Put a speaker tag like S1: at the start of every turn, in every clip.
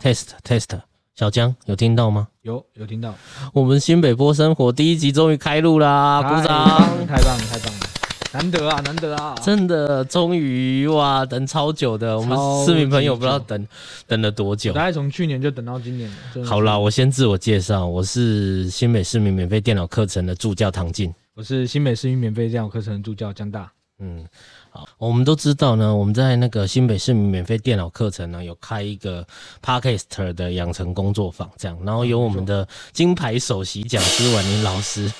S1: test test，小江有听到吗？
S2: 有有听到，
S1: 我们新北波生活第一集终于开录啦，啊鼓掌！
S2: 太棒了太棒了，难得啊难得啊！
S1: 真的，终于哇，等超久的，我们市民朋友不知道等等了多久
S2: 大。概从去年就等到今年了。真的是
S1: 好啦，，我先自我介绍，我是新北市民免费电脑课程的助教唐静。
S2: 我是新北市民免费电脑课程的助教江大。
S1: 嗯，好，我们都知道呢，我们在那个新北市民免费电脑课程呢，有开一个 Podcaster 的养成工作坊，这样，然
S2: 嗯
S1: 后由我们的金牌首席讲师婉玲老师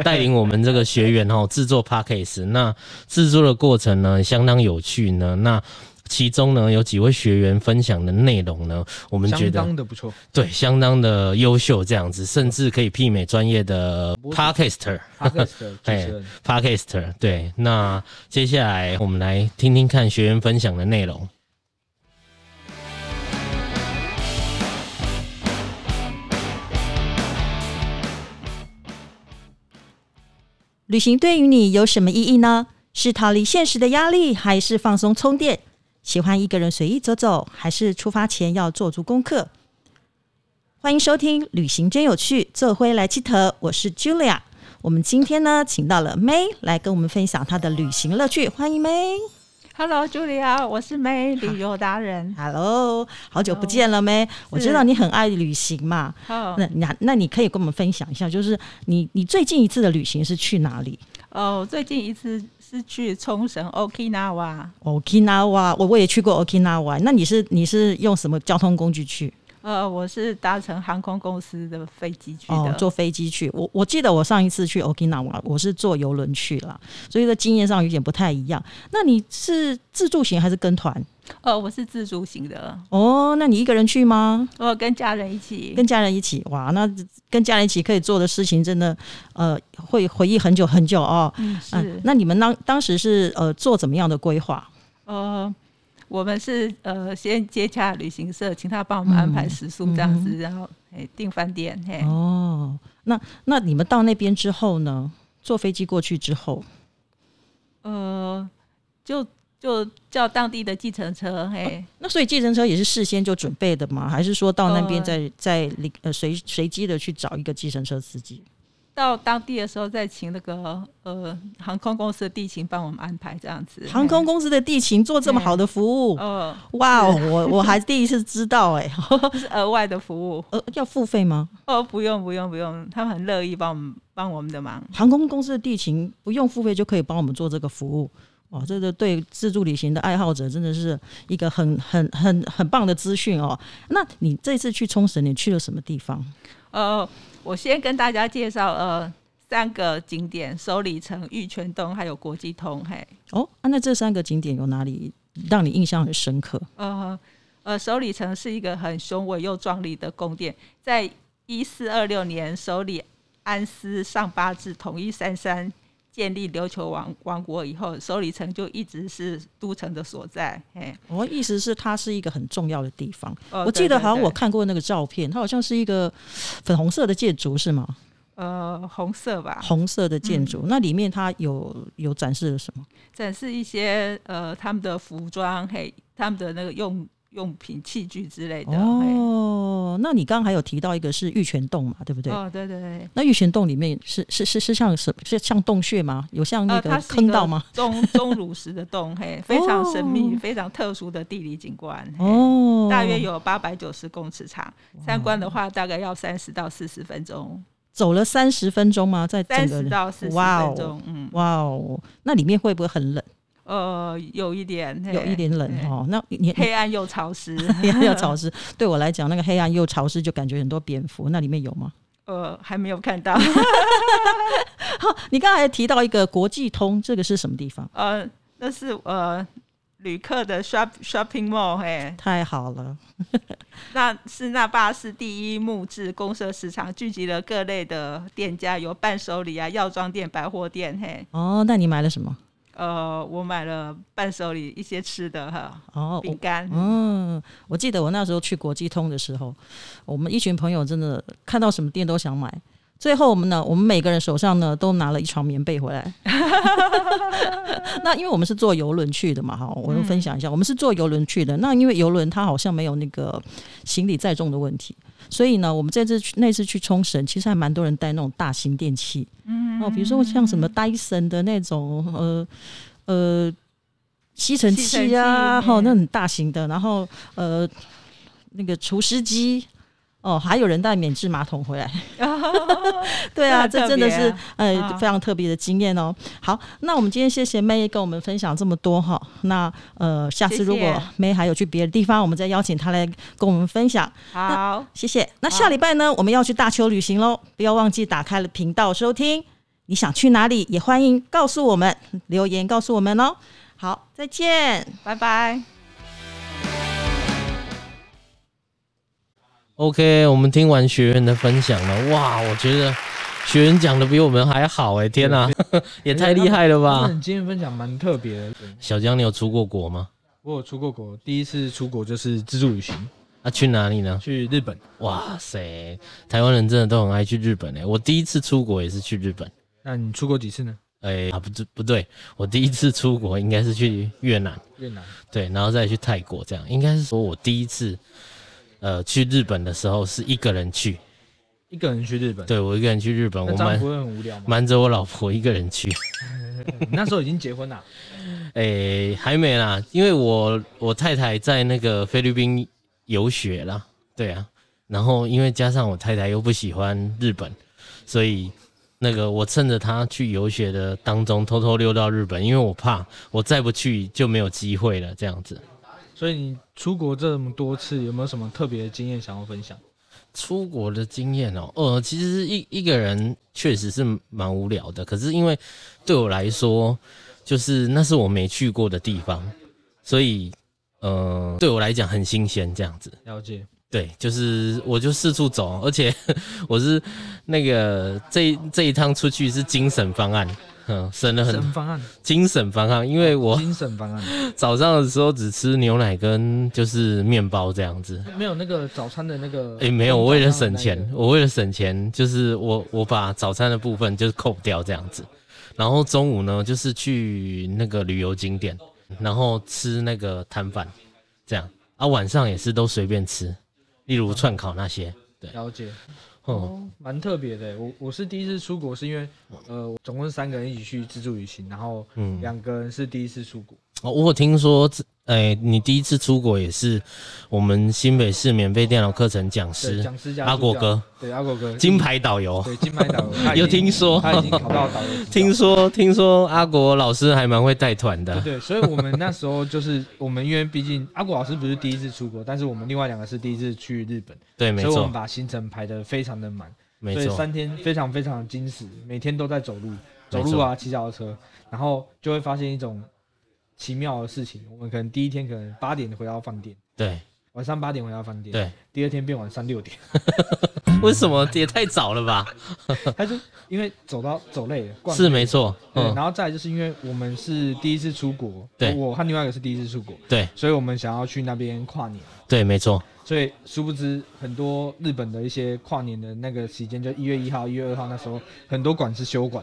S1: 带领我们这个学员哦制作 Podcast。那制作的过程呢，相当有趣呢。那其中呢，有几位学员分享的内容呢，我们觉
S2: 相
S1: 得
S2: 当的不错，
S1: 对相当的优秀，这样子，甚至可以媲美专业的 Podcaster。
S2: Podcast 的主持 人
S1: Podcaster。对，那接下来我们来听听看学员分享的内容。
S3: 旅行对于你有什么意义呢？是逃离现实的压力，还是放松充电？喜欢一个人随意走走，还是出发前要做足功课？欢迎收听《旅行真有趣》，这回来记得我是 Julia。我们今天呢，请到了 May 来跟我们分享她的旅行乐趣，欢迎 May。
S4: Hello，茱莉亚，我是 美旅游达人。
S3: Hello，好久不见了 May，我知道你很爱旅行嘛，
S4: 哦
S3: 那那那你可以跟我们分享一下，就是你你最近一次的旅行是去哪里？
S4: 哦，最近一次是去冲绳 Okinawa。
S3: Okinawa，我我也去过 Okinawa。那你是你是用什么交通工具去？
S4: 呃，我是搭乘航空公司的飞机去的。
S3: 哦，坐飞机去。我我记得我上一次去 Okinawa，我是坐游轮去了，所以的经验上有点不太一样。那你是自助行还是跟团？
S4: 呃，我是自助型的，
S3: 哦，那你一个人去吗？
S4: 我跟家人一起。
S3: 跟家人一起？哇，那跟家人一起可以做的事情真的，呃，会回忆很久很久哦。
S4: 嗯，
S3: 嗯
S4: 是，。
S3: 那你们当当时是呃做怎么样的规划？
S4: 呃，我们是呃先接洽旅行社，请他帮我们安排食宿这样子，然后哎订饭店。嘿，
S3: 嗯哦，那那你们到那边之后呢？坐飞机过去之后，
S4: 呃，就就叫当地的计程车。嘿，
S3: 那所以计程车也是事先就准备的吗？还是说到那边
S4: 呃
S3: 再、再临呃随随机的去找一个计程车司机？
S4: 到当地的时候再请那个呃航空公司的地勤帮我们安排这样子。
S3: 航空
S4: 嘿
S3: 公司的地勤做这么好的服务，
S4: 呃
S3: 哇哦！我我还第一次知道哎、
S4: 是额外的服务
S3: 呃，要付费吗？
S4: 哦，不用不用不用，他们很乐意帮我们帮我们的忙。
S3: 航空公司的地勤不用付费就可以帮我们做这个服务。哇，这个对自助旅行的爱好者真的是一个很很很很棒的资讯哦。那你这次去冲绳，你去了什么地方？
S4: 呃，我先跟大家介绍呃三个景点：首里城、玉泉洞还有国际通。嘿，
S3: 哦，啊、那这三个景点有哪里让你印象很深刻？
S4: 呃呃，首里城是一个很雄伟又壮丽的宫殿，在一四二六年，首里安斯上八世统一三山。建立琉球王王国以后，首里城就一直是都城的所在。嘿，
S3: 我哦意思是它是一个很重要的地方。
S4: 哦
S3: 我记得
S4: 对对
S3: 好像我
S4: 对
S3: 看过那个照片，它好像是一个粉红色的建筑是吗？
S4: 呃红色吧，
S3: 红色的建
S4: 嗯
S3: 筑，那里面它有有展示了什么？
S4: 展示一些呃他们的服装，嘿，他们的那个用用品、器具之类的。嘿
S3: 哦，那你刚刚还有提到一个是玉泉洞嘛，对不对？
S4: 哦，对对对。
S3: 那玉泉洞里面是是是是像什么？是像洞穴吗？有像那
S4: 呃，
S3: 个
S4: 它是一
S3: 坑
S4: 个
S3: 道吗？
S4: 钟钟乳石的洞，嘿，非常神秘、
S3: 哦
S4: 非常特殊的地理景观，嘿
S3: 哦，
S4: 大约有八百九十公尺长。参观的话，大概要三十到四十分钟，
S3: 走了三十分钟吗？在整
S4: 三
S3: 个
S4: 十到四十
S3: 哇
S4: 分
S3: 哦
S4: 钟，嗯，
S3: 哇哦，那里面会不会很冷？
S4: 呃，有一点，嘿
S3: 有一点冷，哦。那你你
S4: 嘿黑暗又 潮湿，
S3: 黑暗潮湿，对我来讲，那个黑暗又潮湿，就感觉很多蝙蝠。那里面有吗？
S4: 呃，还没有 看到。
S3: 你刚才提到一个国际通，这个是什么地方？
S4: 呃，那是呃旅客的 shop shopping mall，嘿，
S3: 太好了，
S4: 那是那霸市第一木质公社市场，聚集了各类的店家，有伴手礼啊、药妆店、百货店，嘿，
S3: 哦，那你买了什么？
S4: 呃，我买了伴手礼一些吃的哈，
S3: 哦，
S4: 饼
S3: 我
S4: 干，
S3: 嗯，我记得我那时候去国际通的时候，我们一群朋友真的看到什么店都想买。最后我们呢，我们每个人手上呢都拿了一床棉被回 来。那因为我们是坐游轮去的嘛，哈，我分享一下，我们是坐游轮去的。那因为游轮它好像没有那个行李载重的问题，所以呢，我们这次去那次去冲绳，其实还蛮多人带那种大型电器，嗯，哦，比如说像什么戴森的那种，呃呃。吸尘器啊，
S4: 吸尘器
S3: 哈、
S4: 嗯
S3: 那很大型的，然后呃，那个除湿机，哦，还有人带免治马桶回 来，对啊，
S4: 这
S3: 这
S4: 很特
S3: 真的
S4: 别
S3: 是呃、
S4: 啊
S3: 非常特别的经验哦。好，那我们今天谢谢 May 跟我们分享这么多哈。那呃，下次
S4: 谢谢
S3: 如果 May 还有去别的地方，我们再邀请她来跟我们分享。
S4: 好，
S3: 谢谢。那下礼拜呢，我们要去大邱旅行喽，不要忘记打开了频道收听。你想去哪里，也欢迎告诉我们，留言告诉我们哦。好，再见。
S4: 拜拜。
S1: OK，我们听完学员的分享了，哇，我觉得学员讲的比我们还好哎、天哪、 也哎太厉害了
S2: 他
S1: 吧！
S2: 们今天分享蛮特别的，对
S1: 小江，你有出过国吗？
S2: 我有出过国，第一次出国就是自助旅行，
S1: 啊，去哪里呢？
S2: 去日本。
S1: 哇塞，台湾人真的都很爱去日本哎、我第一次出国也是去日本，
S2: 那你出过几次呢？
S1: 哎、啊不对不对，我第一次出国应该是去越南，
S2: 越南。
S1: 对，然后再去泰国，这样应该是说我第一次，呃，去日本的时候是一个人去，
S2: 一个人去日本，
S1: 对我一个人去日本，
S2: 那
S1: 我
S2: 这样
S1: 瞒
S2: 不会很无聊吗？
S1: 瞒着我老婆一个人去，
S2: 你那时候已经结婚了，
S1: 诶、哎还没啦，因为我我太太在那个菲律宾游学啦，对啊，然后因为加上我太太又不喜欢日本，所以那个我趁着她去游学的当中偷偷溜到日本，因为我怕我再不去就没有机会了，这样子。
S2: 所以你出国这么多次，有没有什么特别的经验想要分享？
S1: 出国的经验哦，呃，其实一一个人确实是蛮无聊的，可是因为对我来说，就是那是我没去过的地方，所以呃，对我来讲很新鲜这样子。
S2: 了解，
S1: 对，就是我就四处走，而且 我是那个这这一趟出去是精神方案，嗯，省了很
S2: 神方案，
S1: 精神方案，因为我
S2: 哦精神方案，
S1: 早上的时候只吃牛奶跟就是面包这样子。
S2: 没有那个早餐的那个。
S1: 诶，哎没有，我为了省
S2: 那
S1: 钱，
S2: 个
S1: 我为了省钱，就是我我把早餐的部分就是扣掉这样子，然后中午呢就是去那个旅游景点，然后吃那个摊贩，这样啊晚上也是都随便吃，例如串烤那些，对，
S2: 了解，
S1: 嗯。
S2: 嗯哦，蛮特别的。我我是第一次出国，是因为呃，我总共三个人一起去自助旅行，然后
S1: 嗯
S2: 两个人是第一次出国。
S1: 哦，我有听说，哎、你第一次出国也是我们新北市免费电脑课程讲
S2: 对，
S1: 师
S2: 讲师加
S1: 阿国
S2: 助教
S1: 哥，
S2: 对阿国哥
S1: 金，牌导游，
S2: 对金牌 导游，他已经
S1: 有听说
S2: 他已经考到导游执 照，
S1: 听说听说阿国老师还蛮会带团的
S2: 对，对，所以我们那时候就是我们，因为毕竟阿果老师不是第一次出国，但是我们另外两个是第一次去日本，
S1: 对，没
S2: 所以我们
S1: 错，
S2: 把行程排得非常的满，
S1: 没
S2: 所以
S1: 错，
S2: 三天非常非常的精实，每天都在走路，
S1: 没
S2: 走
S1: 错
S2: 路啊，骑脚踏车，然后就会发现一种奇妙的事情，我们可能第一天可能八点回到饭店，
S1: 对
S2: 晚上八点回到饭店，，
S1: 对，
S2: 第二天变晚上 六点，
S1: 为什么也太早了吧？
S2: 他就因为走到走累了，逛
S1: 是没错，
S2: 对，
S1: 嗯，
S2: 然后再来就是因为我们是第一次出国，
S1: 对
S2: 我和另外一个是第一次出国，
S1: 对
S2: 所以我们想要去那边跨年。
S1: 对，没错，
S2: 所以殊不知，很多日本的一些跨年的那个时间，就一月一号、一月二号那时候，很多馆是休馆，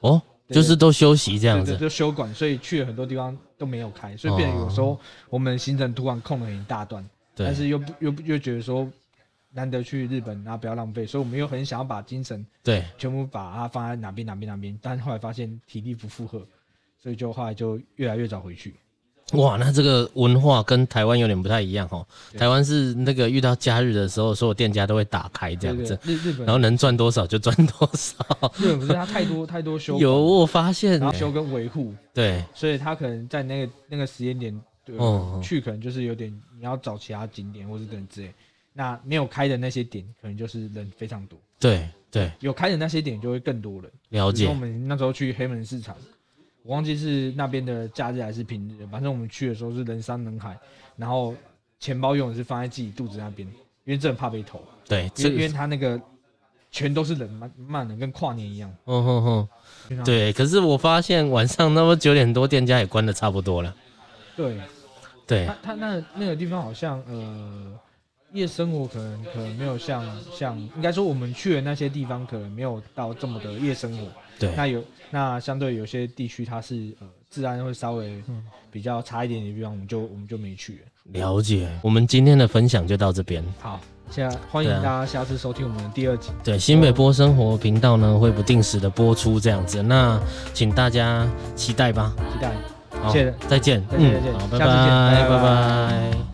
S1: 哦，
S2: 对
S1: 就是都休息这
S2: 这
S1: 样子，
S2: 就休馆，所以去了很多地方都没有开，所以变得有时候我们行程突然空了很大段，但
S1: 哦对
S2: 是又不又不又觉得说难得去日本，啊然后不要浪费，所以我们又很想要把精神
S1: 对，
S2: 全部把它放在哪边哪边哪边，但后来发现体力不负荷，所以就后来就越来越早回去。
S1: 哇，那这个文化跟台湾有点不太一样哦，
S2: 对
S1: 台湾是那个遇到假日的时候，所有店家都会打开这
S2: 对
S1: 样
S2: 对
S1: 子，，
S2: 日日
S1: 然后
S2: 本
S1: 能赚多少就赚多少。
S2: 日本不是它太多太多 休馆
S1: 有，我发现
S2: 然，后修跟维护，
S1: 对
S2: 所以他可能在那个那个时间点，对、
S1: 哦
S2: 去可能就是有点你要找其他景点或是等之类。那没有开的那些点，可能就是人非常多；
S1: 对对，
S2: 有开的那些点，就会更多人。
S1: 了
S2: 比如说
S1: 解
S2: 我。们那时候去黑门市场，我忘记是那边的假日还是平日，反正我们去的时候是人山人海，然后钱包永远是放在自己肚子那边，因为真的怕被偷，
S1: 对，
S2: 因
S1: 这
S2: 为因为
S1: 个，
S2: 他那个全都是人，慢慢的跟跨年一样。
S1: 嗯哼哼，
S2: 非常
S1: 对。可是我发现晚上那么九点多，店家也关的差不多了。
S2: 对，
S1: 对
S2: 他他那那个地方好像呃夜生活可能可能没有像像，应该说我们去的那些地方可能没有到这么的夜生活。
S1: 对，
S2: 那有那相对有些地区它是呃治安会稍微
S1: 嗯
S2: 比较差一点点的地方，我们就我们就没去了。
S1: 了解。我们今天的分享就到这边。
S2: 好，现在欢迎
S1: 对啊
S2: 大家下次收听我们的第二集。
S1: 对，新北播生活频道呢会不定时的播出这样子，那请大家期待吧。
S2: 期待。
S1: 好，
S2: 谢谢
S1: 再见，嗯
S2: 再见再见
S1: 好，
S2: 下次见拜拜
S1: 拜拜